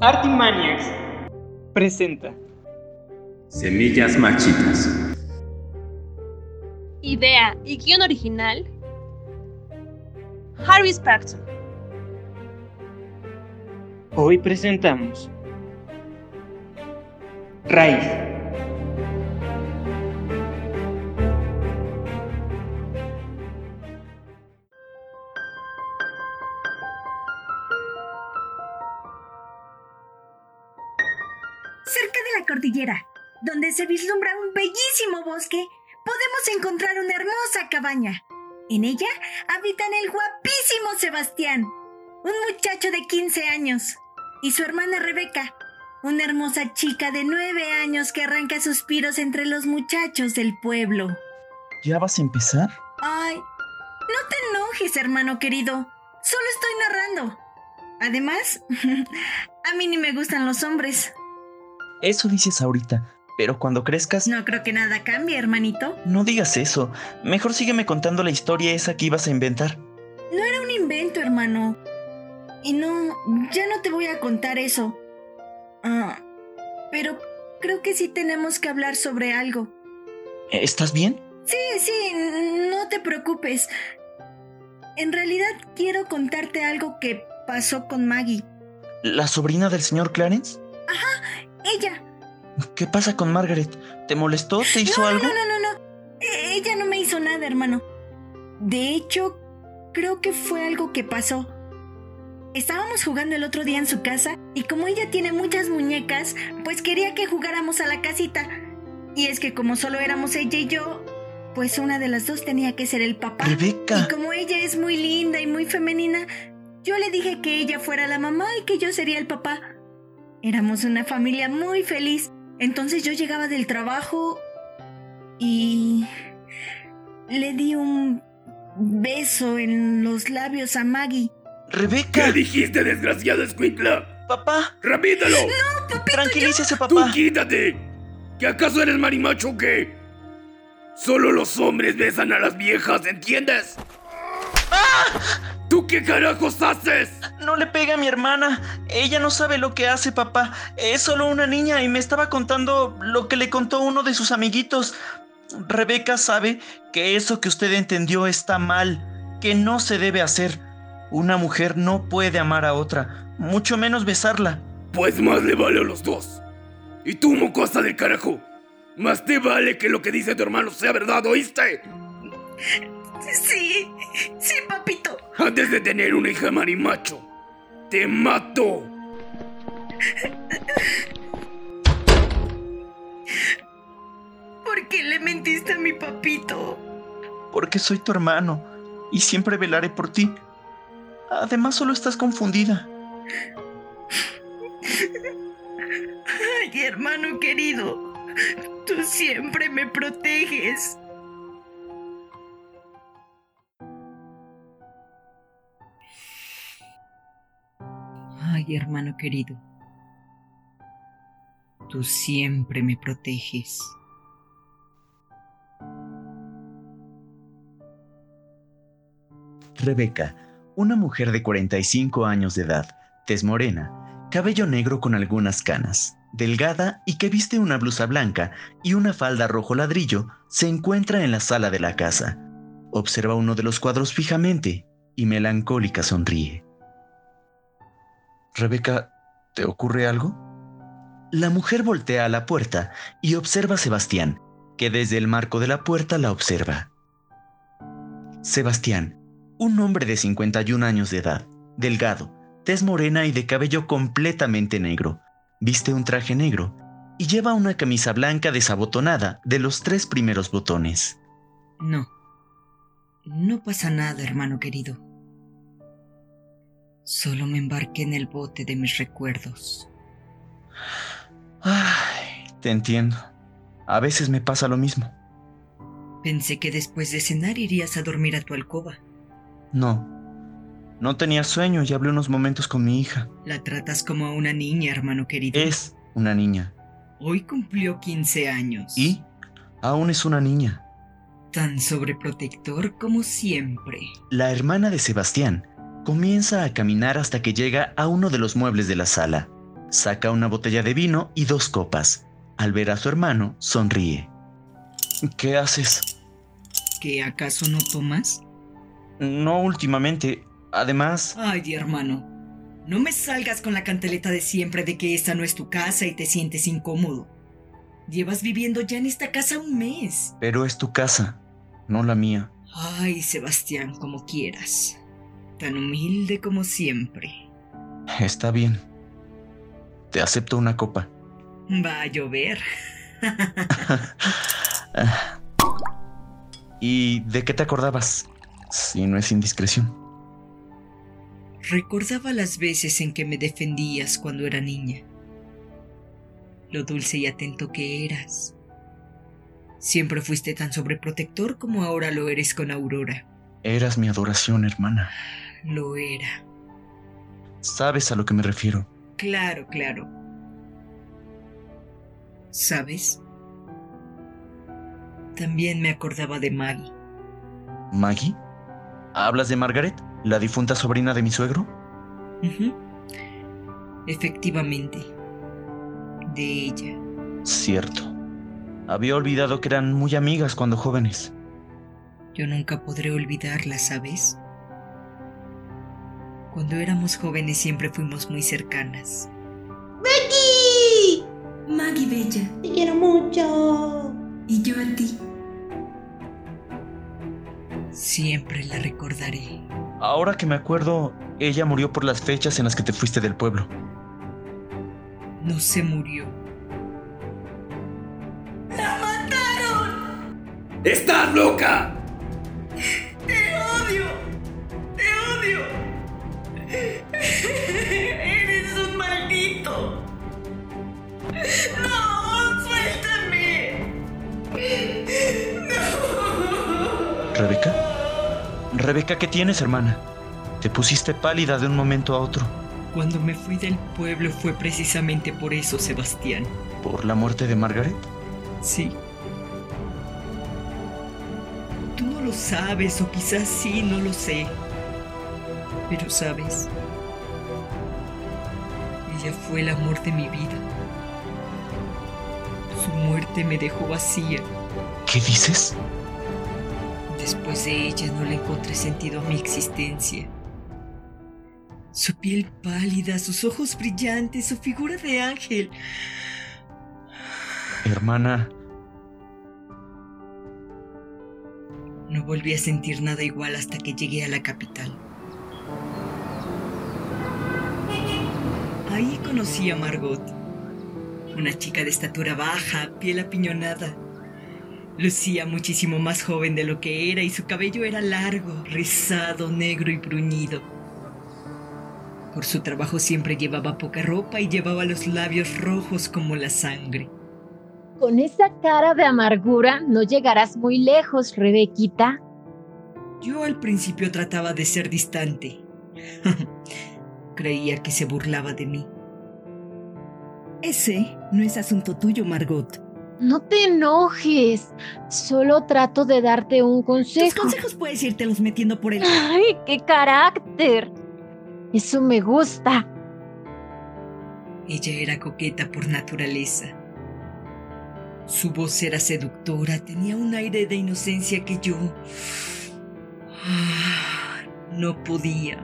Artimaniacs presenta Semillas marchitas. Idea y guión original: Harry Sparkson. Hoy presentamos Raíz. Cerca de la cordillera, donde se vislumbra un bellísimo bosque, podemos encontrar una hermosa cabaña. En ella habitan el guapísimo Sebastián, un muchacho de 15 años, y su hermana Rebeca, una hermosa chica de 9 años que arranca suspiros entre los muchachos del pueblo. ¿Ya vas a empezar? Ay, no te enojes, hermano querido. Solo estoy narrando. Además, a mí ni me gustan los hombres. Eso dices ahorita, pero cuando crezcas... No creo que nada cambie, hermanito. No digas eso. Mejor sígueme contando la historia esa que ibas a inventar. No era un invento, hermano. Y no, ya no te voy a contar eso. Ah, pero creo que sí tenemos que hablar sobre algo. Eh, ¿Estás bien? Sí, sí, no te preocupes. En realidad quiero contarte algo que pasó con Maggie. ¿La sobrina del señor Clarence? Ella. ¿Qué pasa con Margaret? ¿Te molestó? ¿Te hizo no, no, algo? no, no, no, no. E- Ella no me hizo nada, hermano. De hecho, creo que fue algo que pasó. Estábamos jugando el otro día en su casa y como ella tiene muchas muñecas, pues quería que jugáramos a la casita. Y es que como solo éramos ella y yo, pues una de las dos tenía que ser el papá. Rebeca. Y como ella es muy linda y muy femenina, yo le dije que ella fuera la mamá y que yo sería el papá. Éramos una familia muy feliz. Entonces yo llegaba del trabajo y le di un beso en los labios a Maggie. Rebeca, ¿Qué dijiste, desgraciado escuincla? papá, ¡Rapídalo! tranquilícese ¡Tú papá. quítate! ¿Que acaso eres marimacho o qué? Solo los hombres besan a las viejas, ¿entiendes? ¿Tú qué carajos haces? No le pega a mi hermana. Ella no sabe lo que hace, papá. Es solo una niña y me estaba contando lo que le contó uno de sus amiguitos. Rebeca sabe que eso que usted entendió está mal, que no se debe hacer. Una mujer no puede amar a otra, mucho menos besarla. Pues más le vale a los dos. Y tú, mocosa del carajo. Más te vale que lo que dice tu hermano sea verdad, ¿oíste? Sí, sí, papito. Antes de tener una hija marimacho, te mato. ¿Por qué le mentiste a mi papito? porque soy tu hermano y siempre velaré por ti. Además, solo estás confundida. Ay, hermano querido, tú siempre me proteges. Ay, hermano querido, tú siempre me proteges. Rebeca, una mujer de 45 años de edad, tez morena, cabello negro con algunas canas, delgada y que viste una blusa blanca y una falda rojo ladrillo, se encuentra en la sala de la casa. Observa uno de los cuadros fijamente y melancólica sonríe. Rebeca, ¿te ocurre algo? La mujer voltea a la puerta y observa a Sebastián, que desde el marco de la puerta la observa. Sebastián, un hombre de 51 años de edad, delgado, tez morena y de cabello completamente negro. Viste un traje negro y lleva una camisa blanca desabotonada de los tres primeros botones. No, no pasa nada, hermano querido. Solo me embarqué en el bote de mis recuerdos. Ay, te entiendo. A veces me pasa lo mismo. Pensé que después de cenar irías a dormir a tu alcoba. No. No tenía sueño y hablé unos momentos con mi hija. La tratas como a una niña, hermano querido. Es una niña. Hoy cumplió 15 años. Y aún es una niña. Tan sobreprotector como siempre. La hermana de Sebastián comienza a caminar hasta que llega a uno de los muebles de la sala. Saca una botella de vino y dos copas. Al ver a su hermano, sonríe. ¿Qué haces? ¿Que acaso no tomas? No últimamente. Además, Ay, hermano, no me salgas con la cantaleta de siempre de que esta no es tu casa y te sientes incómodo. Llevas viviendo ya en esta casa un mes. pero es tu casa, no la mía. Ay, Sebastián, como quieras. Tan humilde como siempre. Está bien. Te acepto una copa. Va a llover. Ah. ¿Y de qué te acordabas? Si no es indiscreción. Recordaba las veces en que me defendías cuando era niña. Lo dulce y atento que eras. Siempre fuiste tan sobreprotector como ahora lo eres con Aurora. Eras mi adoración, hermana. Lo era. Sabes a lo que me refiero. Claro, claro. ¿Sabes? También me acordaba de Maggie. ¿Maggie? ¿Hablas de Margaret, la difunta sobrina de mi suegro? Ujú. Efectivamente. De ella. Cierto. Había olvidado que eran muy amigas cuando jóvenes. Yo nunca podré olvidarla, ¿sabes? Cuando éramos jóvenes siempre fuimos muy cercanas. ¡Betty! Maggie Bella, Te quiero mucho. y yo a ti. Siempre la recordaré. Ahora que me acuerdo, ella murió por las fechas en las que te fuiste del pueblo. No se murió. ¡Estás loca! ¡Odio! ¡Te odio! ¡Eres un maldito! ¡No! ¡Suéltame! ¡No! ¿Rebeca? Rebeca, ¿qué tienes, hermana? Te pusiste pálida de un momento a otro. Cuando me fui del pueblo fue precisamente por eso, Sebastián. ¿Por la muerte de Margaret? Sí. Tú no lo sabes o quizás sí, no lo sé. Pero sabes, ella fue el amor de mi vida. Su muerte me dejó vacía. ¿Qué dices? Después de ella no le encontré sentido a mi existencia. Su piel pálida, sus ojos brillantes, su figura de ángel. Hermana, No volví a sentir nada igual hasta que llegué a la capital. Ahí conocí a Margot, una chica de estatura baja, piel apiñonada. Lucía muchísimo más joven de lo que era y su cabello era largo, rizado, negro y bruñido. Por su trabajo siempre llevaba poca ropa y llevaba los labios rojos como la sangre. Con esa cara de amargura no llegarás muy lejos, Rebequita. Yo al principio trataba de ser distante. Creía que se burlaba de mí. Ese no es asunto tuyo, Margot. No te enojes. Solo trato de darte un Tus consejo. consejos puedes los metiendo por el... ¡Ay, qué carácter! Eso me gusta. Ella era coqueta por naturaleza. Su voz era seductora, tenía un aire de inocencia que yo ah, no podía.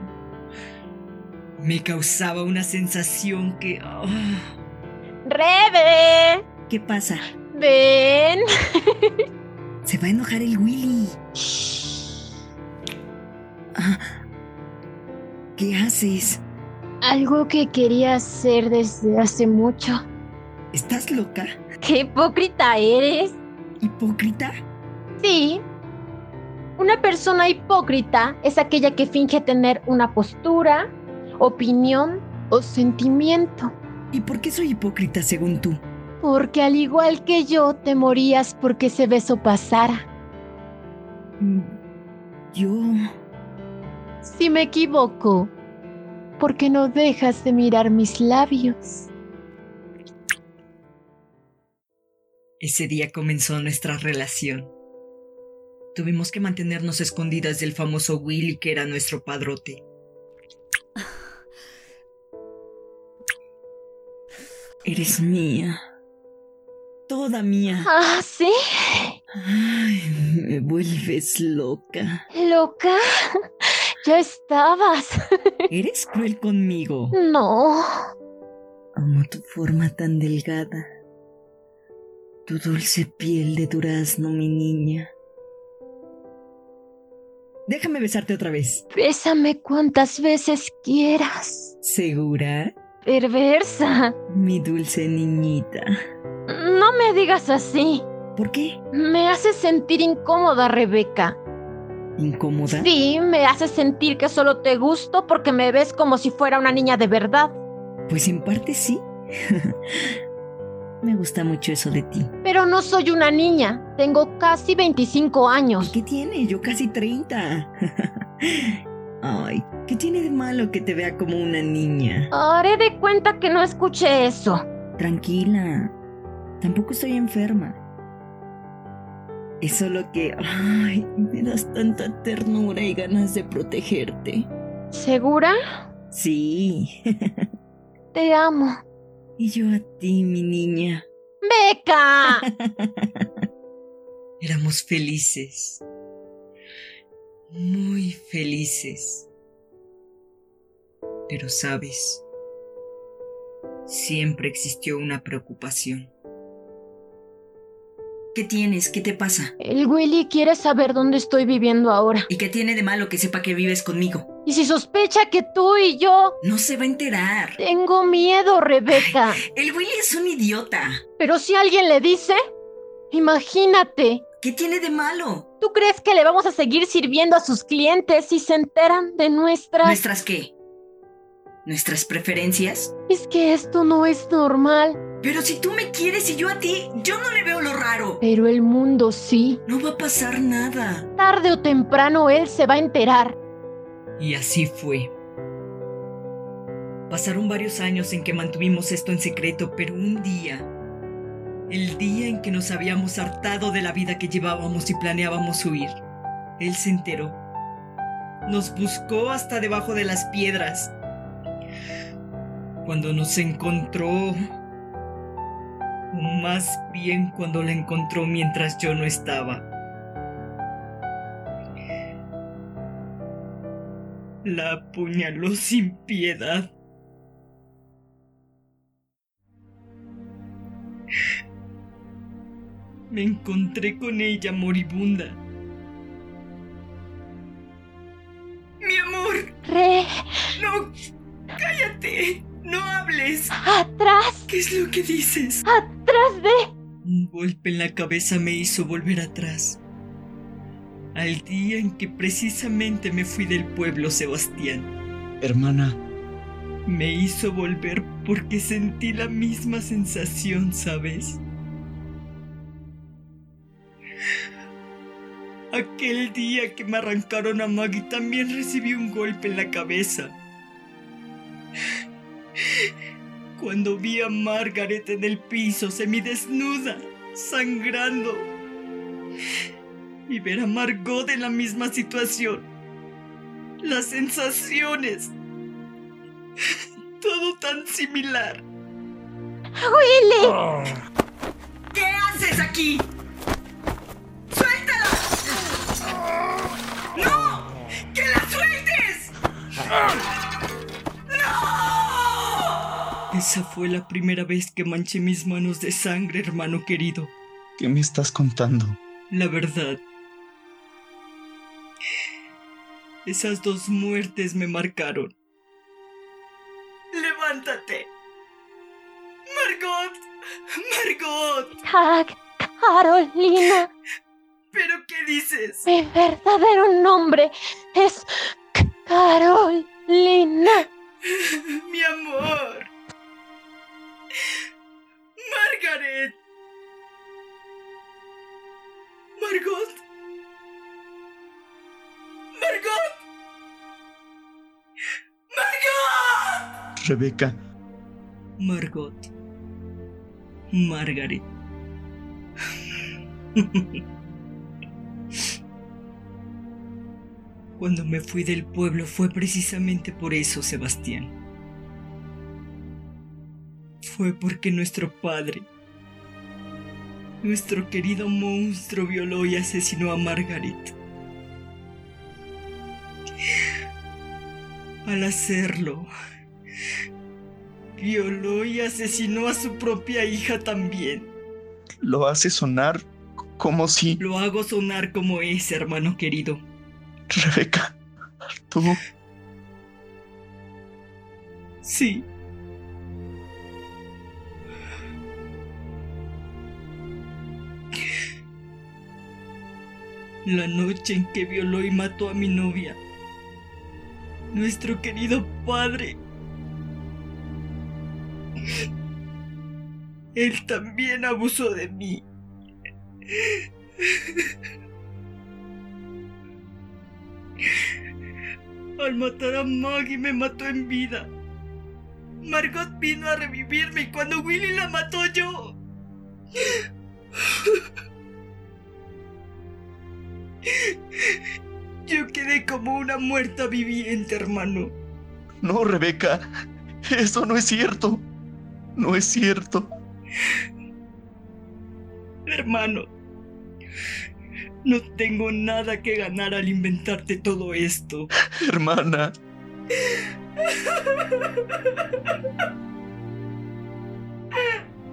Me causaba una sensación que... ah, ¡Rebe! ¿Qué pasa? Ven. Se va a enojar el Willy. Ah. ¿Qué haces? Algo que quería hacer desde hace mucho. ¿Estás loca? ¡Qué hipócrita eres! ¿Hipócrita? Sí. Una persona hipócrita es aquella que finge tener una postura, opinión o sentimiento, ¿Y por qué soy hipócrita según tú? porque al igual que yo te morías porque ese beso pasara. Mm, Yo... Si me equivoco, porque no dejas de mirar mis labios. Ese día comenzó nuestra relación. Tuvimos que mantenernos escondidas del famoso Willy que era nuestro padrote. Eres mía. Toda mía. Ah, ¿sí? Ay, me vuelves loca. ¿Loca? Ya estabas. Eres cruel conmigo. No. Amo tu forma tan delgada. Tu dulce piel de durazno, mi niña. Déjame besarte otra vez. Bésame cuantas veces quieras. ¿Segura? Perversa. Mi dulce niñita. No me digas así. ¿Por qué? Me hace sentir incómoda, Rebeca. ¿Incómoda? Sí, me hace sentir que solo te gusto porque me ves como si fuera una niña de verdad. Pues en parte sí. me gusta mucho eso de ti. Pero no soy una niña. Tengo casi 25 ¿Y años. qué tiene? Yo casi 30. Ay, ¿qué tiene de malo que te vea como una niña? Haré de cuenta que no escuché eso. Tranquila. Tampoco estoy enferma. Es solo que, ay, me das tanta ternura y ganas de protegerte. ¿Segura? Sí. Te amo. y yo a ti, mi niña. ¡Beca! Éramos felices. Muy felices. Pero sabes, siempre existió una preocupación. ¿Qué tienes? ¿Qué te pasa? El Willy quiere saber dónde estoy viviendo ahora. ¿Y qué tiene de malo que sepa que vives conmigo? Y si sospecha que tú y yo... No se va a enterar. Tengo miedo, Rebeca. El Willy es un idiota. Pero si alguien le dice... Imagínate. ¿Qué tiene de malo? ¿Tú crees que le vamos a seguir sirviendo a sus clientes si se enteran de nuestras... ¿Nuestras qué? ¿Nuestras preferencias? Es que esto no es normal. Pero si tú me quieres y yo a ti, yo no le veo lo raro. Pero el mundo sí. No va a pasar nada. Tarde o temprano él se va a enterar. Y así fue. Pasaron varios años en que mantuvimos esto en secreto, pero un día, el día en que nos habíamos hartado de la vida que llevábamos y planeábamos huir, él se enteró. Nos buscó hasta debajo de las piedras. Cuando nos encontró, o más bien cuando la encontró mientras yo no estaba, la apuñaló sin piedad. Me encontré con ella moribunda. Mi amor, Re... no. Cállate. No hables. Atrás. ¿Qué es lo que dices? Atrás de... Un golpe en la cabeza me hizo volver atrás. Al día en que precisamente me fui del pueblo, Sebastián. Hermana, Me hizo volver porque sentí la misma sensación, ¿sabes? Aquel día que me arrancaron a Maggie también recibí un golpe en la cabeza. Cuando vi a Margaret en el piso semidesnuda, sangrando, y ver a Margot en la misma situación, las sensaciones, todo tan similar. Willy. ¿Qué haces aquí? ¡Suéltala! ¡No! ¡Que la sueltes! ¡No! Esa fue la primera vez que manché mis manos de sangre, hermano querido. ¿qué me estás contando? La verdad. Esas dos muertes me marcaron. ¡Levántate! ¡Margot! ¡Margot! Ca- Carolina. ¿Pero qué dices? Mi verdadero nombre es... C- Carolina. Mi amor. Margaret. Margot. Margot. Margot. Rebeca, Margot. Margaret. Cuando me fui del pueblo fue precisamente por eso, Sebastián. fue porque nuestro padre, nuestro querido monstruo, violó y asesinó a Margaret. Al hacerlo, violó y asesinó a su propia hija también. Lo hace sonar c- como si... Lo hago sonar como es, hermano querido. Rebeca, tú... Sí. La noche en que violó y mató a mi novia, nuestro querido padre, él también abusó de mí. Al matar a Maggie me mató en vida. Margot vino a revivirme y cuando Willy la mató yo. Yo quedé como una muerta viviente, hermano. No, Rebeca, eso no es cierto. No es cierto. Hermano, no tengo nada que ganar al inventarte todo esto. Hermana,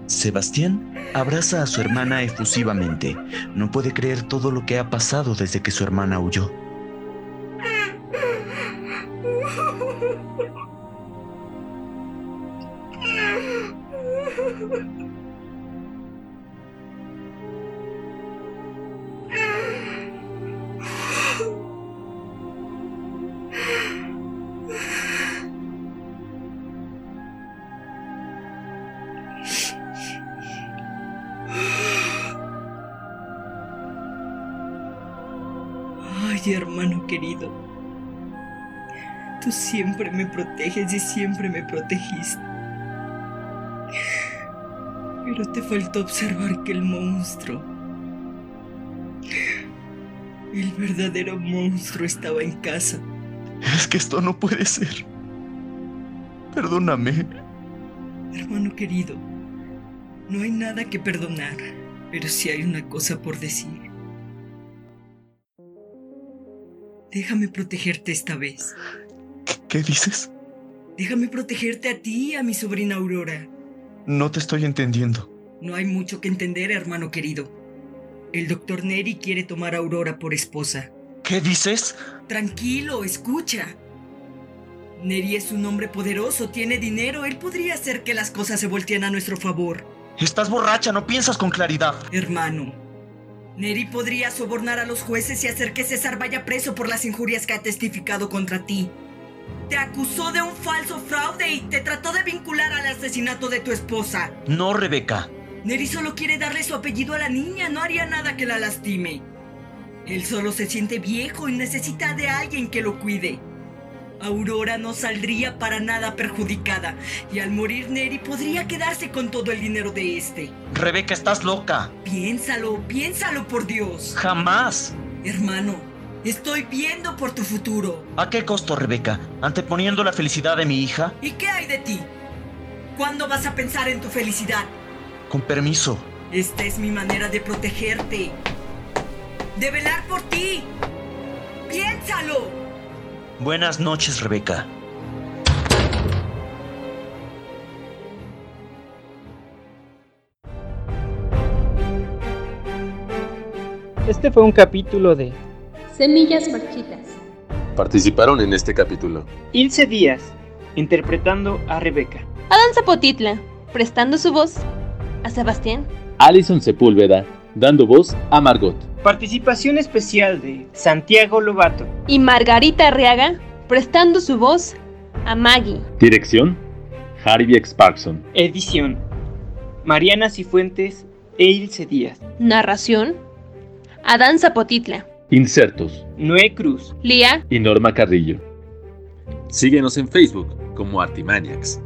Sebastián abraza a su hermana efusivamente. No puede creer todo lo que ha pasado desde que su hermana huyó. Ay, hermano querido. Tú siempre me proteges y siempre me protegiste. Pero te faltó observar que el monstruo, el verdadero monstruo estaba en casa. es que esto no puede ser. Perdóname. Hermano querido, no hay nada que perdonar, pero sí hay una cosa por decir. Déjame protegerte esta vez. ¿Qué, qué dices? Déjame protegerte a ti y a mi sobrina Aurora. No te estoy entendiendo. No hay mucho que entender, hermano querido. El doctor Neri quiere tomar a Aurora por esposa. ¿Qué dices? Tranquilo, escucha. Neri es un hombre poderoso, tiene dinero, él podría hacer que las cosas se volteen a nuestro favor. Estás borracha, no piensas con claridad. Hermano, Neri podría sobornar a los jueces y hacer que César vaya preso por las injurias que ha testificado contra ti. Te acusó de un falso fraude y te trató de vincular al asesinato de tu esposa. No, Rebeca. Neri solo quiere darle su apellido a la niña, no haría nada que la lastime. Él solo se siente viejo y necesita de alguien que lo cuide. Aurora no saldría para nada perjudicada y al morir Neri podría quedarse con todo el dinero de este. Rebeca, estás loca. Piénsalo, piénsalo por Dios. Jamás. Hermano, estoy viendo por tu futuro. ¿A qué costo, Rebeca? ¿Anteponiendo la felicidad de mi hija? ¿Y qué hay de ti? ¿Cuándo vas a pensar en tu felicidad? Con permiso. Esta es mi manera de protegerte. De velar por ti. Piénsalo. Buenas noches, Rebeca. Este fue un capítulo de Semillas marchitas. Participaron en este capítulo Ilse Díaz, interpretando a Rebeca. Adán Zapotitla, prestando su voz a Sebastián. Alison Sepúlveda, dando voz a Margot. Participación especial de Santiago Lobato. Y Margarita Arriaga, prestando su voz a Maggie. Dirección, Harvey X. Parkson. Edición. Mariana Cifuentes e Ilse Díaz. Narración. Adán Zapotitla. Insertos, Noé Cruz. Lía. y Norma Carrillo. Síguenos en Facebook como Artimaniacs.